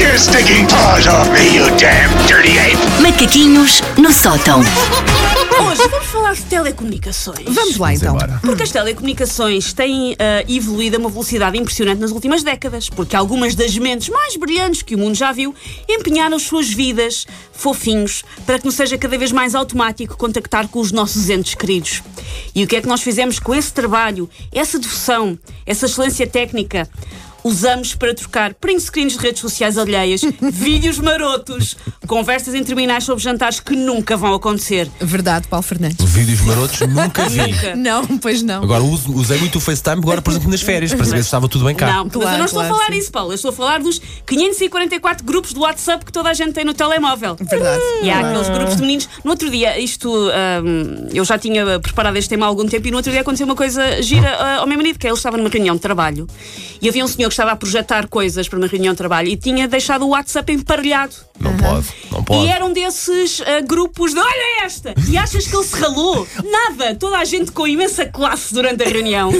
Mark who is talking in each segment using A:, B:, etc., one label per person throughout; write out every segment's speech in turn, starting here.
A: your stinking paws off me, you damn dirty ape!
B: Macaquinhos no sótão.
C: Hoje vamos falar de telecomunicações.
D: Vamos lá então.
C: Porque as telecomunicações têm ah, evoluído a uma velocidade impressionante nas últimas décadas, porque algumas das mentes mais brilhantes que o mundo já viu empenharam suas vidas fofinhos para que não seja cada vez mais automático contactar com os nossos entes queridos. E o que é que nós fizemos com esse trabalho, essa devoção, essa excelência técnica? Usamos para trocar print screens de redes sociais alheias, vídeos marotos, conversas intermináveis sobre jantares que nunca vão acontecer.
D: Verdade, Paulo Fernandes.
E: Vídeos marotos nunca vi.
C: Nunca.
D: Não, pois não.
E: Agora uso- usei muito o FaceTime, agora, por exemplo, nas férias, para saber se estava tudo bem cá.
C: Não, mas eu
D: Claro,
C: não estou
D: claro,
C: a falar
D: sim.
C: isso, Paulo. Eu estou a falar dos 544 grupos do WhatsApp que toda a gente tem no telemóvel.
D: Verdade.
C: E há aqueles grupos de meninos. No outro dia, isto hum, eu já tinha preparado este tema há algum tempo, e no outro dia aconteceu uma coisa gira ah, ao meu marido, que ele estava numa reunião de trabalho e havia um senhor que estava a projetar coisas para uma reunião de trabalho e tinha deixado o WhatsApp emparelhado.
E: Não pode, não pode.
C: E era um desses ah, grupos de olha esta! E achas que ele se ralou? Nada! Toda a gente com imensa classe durante a reunião.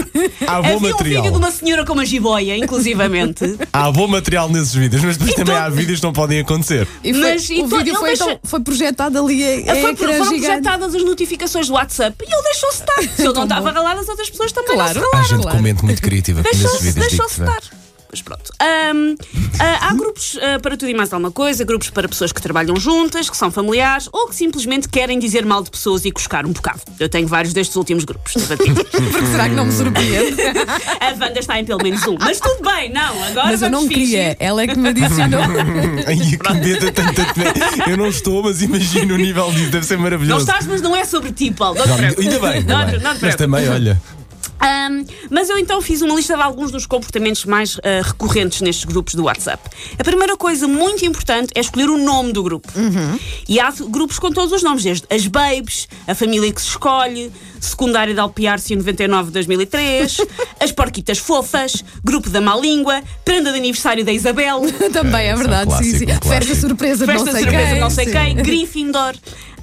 E: Ah, bom
C: Havia um
E: material.
C: vídeo de uma senhora com uma jiboia, inclusivamente.
E: Há bom material nesses vídeos, mas depois também
C: todo-
E: há vídeos que não podem acontecer.
D: E foi-
C: Mas, e
D: o
C: tu-
D: vídeo
C: ele
D: foi,
C: deixa-
D: então, foi projetado ali a, a
C: Foi,
D: ecrã
C: foram
D: É, gigante.
C: projetadas as notificações do WhatsApp e ele deixou-se estar. Se ele não
D: Tão bom.
C: estava ralado, as outras pessoas também
D: Claro.
C: não se
E: Há gente
C: ralaram.
D: claro.
E: com mente muito criativa aqui nesses
C: Deixou-se
E: vídeos.
C: deixou-se
E: digo-te, né?
C: estar. Mas pronto. Ahm, ah, há grupos ah, para tudo e mais alguma coisa, grupos para pessoas que trabalham juntas, que são familiares ou que simplesmente querem dizer mal de pessoas e cuscar um bocado. Eu tenho vários destes últimos grupos. devo admitir.
D: Porque será que não me surpreende?
C: Hum. A Wanda está em pelo menos um. Mas tudo bem, não. Agora
D: Mas eu
C: vamos
D: não
C: fingir.
D: queria. Ela é que me adicionou.
E: Ai, que medo, eu tenho tanto medo. Eu não estou, mas imagino o nível disso, deve ser
C: Não
E: maravilhoso.
C: estás, mas não é sobre ti, Paulo. Não te
E: Não, ainda
C: preocupes.
E: ainda bem, ainda
C: Não te-
E: bem.
C: não te
E: mas
C: preocupes.
E: também, olha,
C: Ahm, mas eu então fiz uma lista de alguns dos comportamentos mais ah, recorrentes nestes grupos do WhatsApp. A primeira coisa muito importante é escolher o nome do grupo.
D: Uhum.
C: E há grupos com todos os nomes, desde as babes, a família que se escolhe, secundária de Alpiarce 99-2003, as porquitas fofas, grupo da má língua, prenda de aniversário da Isabel,
D: Também, é
E: um
D: verdade. sim,
E: clássico,
D: sim.
E: um clássico.
D: Festa surpresa, de
C: festa
D: não
C: de
D: sei
C: surpresa
D: quem.
C: não sei
D: Sim.
C: quem, Gryffindor.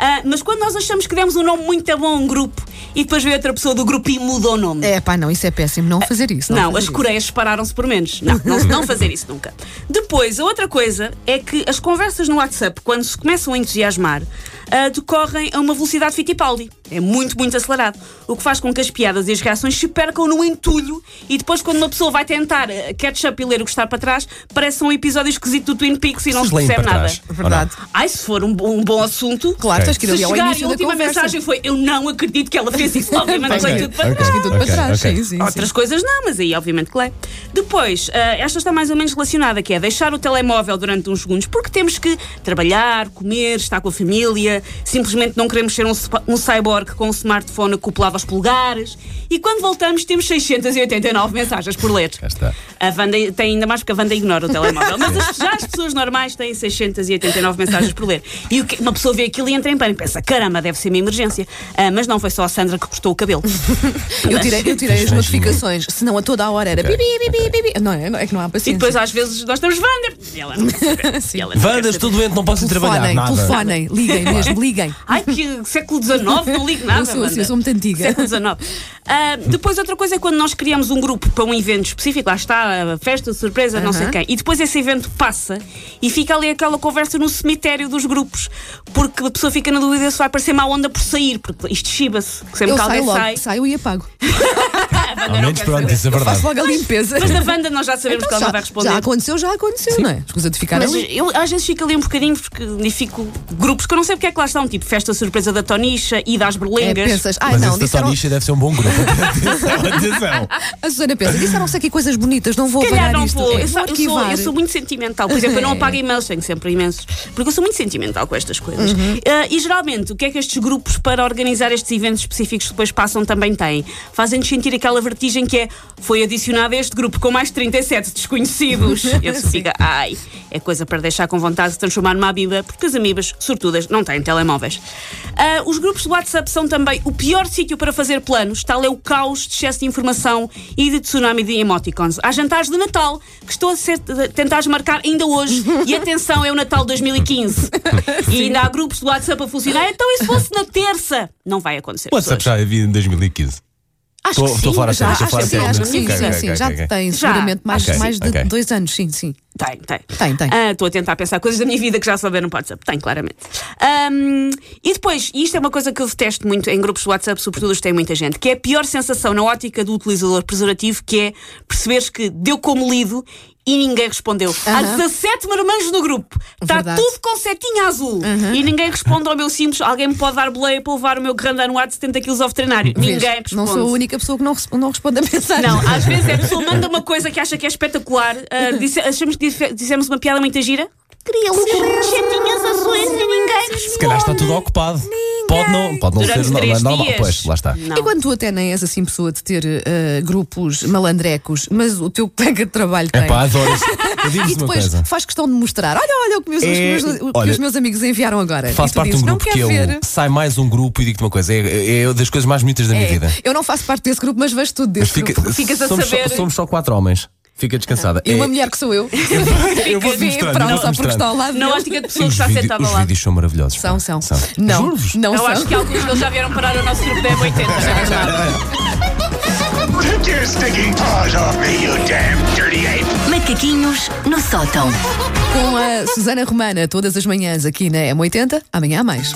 C: Ah, mas quando nós achamos que demos um nome muito bom a um grupo e depois veio outra pessoa do grupo e mudou o nome.
D: É pá, não, isso é péssimo. Não fazer isso.
C: Não,
D: fazer
C: as
D: isso.
C: coreias pararam-se por menos. Não, não, não fazer isso nunca. Depois, a outra coisa é que as conversas no WhatsApp, quando se começam a entusiasmar, ah, decorrem a uma velocidade Fittipaldi. É muito, muito acelerado. O que faz com que as piadas e as reações se percam no entulho e depois, quando uma pessoa vai tentar ah, catch-up e ler o que está para trás, parece um episódio esquisito do Twin Peaks e não
E: vocês
C: se
E: leem
C: percebe
E: para
C: nada.
E: trás. ou não?
D: Verdade.
C: Ai, se for um, bom- um bom assunto.
D: Claro,
E: Ok.
D: tens que ir
C: Se
D: ali ao
C: chegar e
D: início
C: a
D: da
C: última
D: conversa.
C: mensagem foi Eu não acredito que ela fez isso, obviamente foi
E: Ok,
C: tudo para
E: ok,
C: trás.
D: Acho que tudo para
E: ok,
D: trás.
E: ok.
D: Sim, sim, sim.
C: Outras coisas não, mas aí obviamente que lê. Depois, ah, esta está mais ou menos relacionada, que é deixar o telemóvel durante uns segundos, porque temos que trabalhar, comer, estar com a família, simplesmente não queremos ser um, spa- um cyborg com um smartphone acoplado aos polegares. E quando voltamos, temos 689 mensagens por ler.
E: Cá está.
C: A Wanda tem ainda mais porque a Wanda ignora o telemóvel. Mas as- já as pessoas normais têm 689 mensagens por ler. E o que- uma pessoa vê aquilo e entra em pânico. Pensa, caramba, deve ser uma emergência. Ah, mas não foi só a Sandra que cortou o cabelo.
D: Eu tirei, eu tirei as
E: Estranho.
D: notificações, senão a toda a hora era
E: Ok,
D: bibi, bibi, bibi. Não, é, não- é que não há paciência.
C: E depois às vezes nós estamos Wander. E ela não percebe.
D: Sim.
C: E ela não
E: Wanda,
C: percebe.
E: estou doente, não posso ir trabalhar.
D: telefonem,
E: Nada.
D: telefonem, liguem mesmo, liguem.
C: Ai, que século XIX, não ligo nada.
D: Eu sou assim,
C: Wanda.
D: eu sou muito antiga.
C: Século XIX. Ah, depois, outra coisa é quando nós criamos um grupo para um evento específico, lá está, a festa, surpresa, não sei
D: Aham.
C: quem, e depois esse evento passa e fica ali aquela conversa no cemitério dos grupos, porque a pessoa fica na dúvida se vai parecer má onda por sair, porque isto chiba-se, que sempre
D: Eu
C: que alguém
D: saio logo,
C: sai.
D: saio e apago.
E: Ao menos, pronto, isso é verdade.
D: Faço logo a limpeza.
C: Mas da Wanda nós já sabemos que ela
D: Então já,
C: não vai responder.
D: já aconteceu, já aconteceu, não é? Escusa de ficar
C: Mas
D: ali.
C: eu às vezes fico ali um bocadinho porque identifico grupos que eu não sei porque é que lá estão, tipo festa surpresa da Tonicha e das
D: É,
C: Berlengas.
D: pensas, ai
E: Mas
D: não,
E: esse da
D: disseram,
E: Tonicha deve ser um bom grupo. Atenção, atenção.
D: a Susana pensa, disseram-se aqui coisas bonitas, não vou
C: Calhar
D: apagar
C: não
D: isto.
C: vou.
D: É,
C: Eu, sou, eu sou-
D: arquivar.
C: eu sou muito sentimental. Por exemplo, eu não apago e-mails, tenho sempre imensos. Porque eu sou muito sentimental com estas coisas.
D: Uhum.
C: Ah, e geralmente, o que é que estes grupos para organizar estes eventos específicos que depois passam também têm? Fazem-nos sentir aquela vertigem que é foi adicionado a este grupo com mais 37 desconhecidos. Eu se diga, ai, é coisa para deixar com vontade de transformar numa abiba, porque as amibas, sortudas, não têm telemóveis. Ah, os grupos de WhatsApp são também o pior sítio para fazer planos, tal é o caos de excesso de informação e de tsunami de emoticons. Há jantares de Natal que estou a ser, tentar marcar ainda hoje e atenção, é o Natal 2015. e ainda há grupos de WhatsApp a funcionar, então e se fosse na terça? Não vai acontecer.
E: O WhatsApp
C: pessoas.
E: já havia é em 2015.
C: Acho que
E: Estou- estou
C: sim,
E: a falar a
C: já,
E: sério, estou a
C: acho que
E: falar a
C: sim,
E: sério.
C: acho que sim.
D: Sim,
E: Ok,
D: sim,
E: ok,
D: sim,
E: ok,
D: já
E: ok.
D: tem
C: Já.
D: seguramente mais,
E: Ok,
D: mais de
E: ok.
D: dois anos, sim, sim.
C: Tem, tem.
D: Tem, tem.
C: Ah, Estou a tentar pensar coisas da minha vida que já souberam no WhatsApp. Tem, claramente. Ahm, e depois, e isto é uma coisa que eu detesto muito em grupos do WhatsApp, sobretudo os que têm muita gente, que é a pior sensação na ótica do utilizador preservativo, que é perceberes que deu como lido e ninguém respondeu. Há
D: Aham.
C: 17 marmanjos no grupo. Está
D: Verdade.
C: tudo com setinha azul. E ninguém responde ao meu simples. Alguém me pode dar boleia para levar o meu grande anuado de 70 quilos ao veterinário. Ninguém
D: Vês,
C: responde.
D: Não sou a única pessoa que não, res- não responde a mensagem.
C: Não, às vezes é a pessoa manda uma coisa que acha que é espetacular. ah, disse- achamos que disse- dissemos uma piada muito gira. Criam-se setinhas azuis e ninguém
E: Se calhar está tudo ocupado. Pode não, pode não
C: Durante
E: ser normal.
C: três
E: normal.
C: dias.
E: Pois, lá está.
C: Não.
D: E quando tu até nem és assim pessoa de ter eh, grupos malandrecos, mas o teu colega de trabalho tem. Ah,
E: É pá, adoro isso. Eu digo-vos
D: e
E: uma
D: depois
E: coisa.
D: faz questão de mostrar: olha, olha o que, meus,
E: É,
D: os meus- o que
E: olha,
D: os meus amigos enviaram agora. e
E: Faço
D: tu
E: parte de
D: dizes,
E: um
D: não
E: grupo
D: quer
E: que é
D: ver.
E: o. Sai mais um grupo e digo-te uma coisa. É, é das coisas mais bonitas da minha
D: É,
E: vida.
D: Eu não faço parte desse grupo, mas vejo tudo
E: Mas
D: desse
E: fica-
D: grupo.
C: Ficas a
E: somos, só-
C: saber.
E: somos só quatro homens. Fica descansada.
D: E uma
E: É-
D: mulher que sou eu.
E: Eu vou-te
D: Vê,
E: mostrando,
D: pronto,
E: eu vou-te
D: só porque
E: mostrando.
D: está ao lado.
C: Na
D: dele.
C: ótica de pessoa que é-
E: Os,
C: está
E: vídeo-
C: sentada
E: os
C: lá.
E: vídeos são maravilhosos.
D: São,
E: pá.
D: são. Não,
E: Juro-vos.
D: não
C: Eu
D: são.
C: acho que alguns deles já vieram parar o nosso grupo da M80. já é verdade.
A: Take your stinking paws off me, you damn dirty ape!
B: Macaquinhos no sótão.
C: é
D: Com a Susana Romana, todas as manhãs aqui na M80, amanhã há mais.